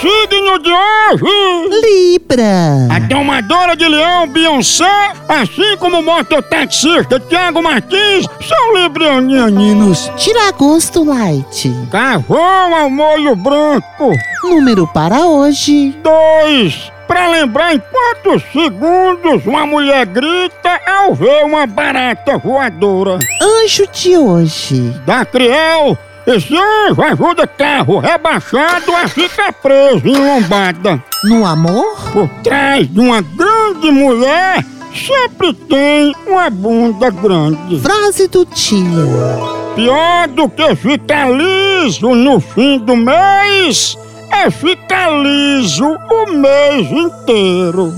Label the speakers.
Speaker 1: signo de hoje?
Speaker 2: Libra.
Speaker 1: A domadora de leão Beyoncé, assim como o mototaxista Thiago Martins, são librianianos.
Speaker 2: Tira gosto light.
Speaker 1: Carvão ao molho branco.
Speaker 2: Número para hoje.
Speaker 1: Dois. Pra lembrar em quantos segundos uma mulher grita ao ver uma barata voadora.
Speaker 2: Anjo de hoje.
Speaker 1: Da Criel, esse anjo ajuda carro rebaixado a ficar preso em lombada.
Speaker 2: No amor?
Speaker 1: Por trás de uma grande mulher, sempre tem uma bunda grande.
Speaker 2: Frase do dia.
Speaker 1: Pior do que ficar liso no fim do mês é ficar liso o mês inteiro.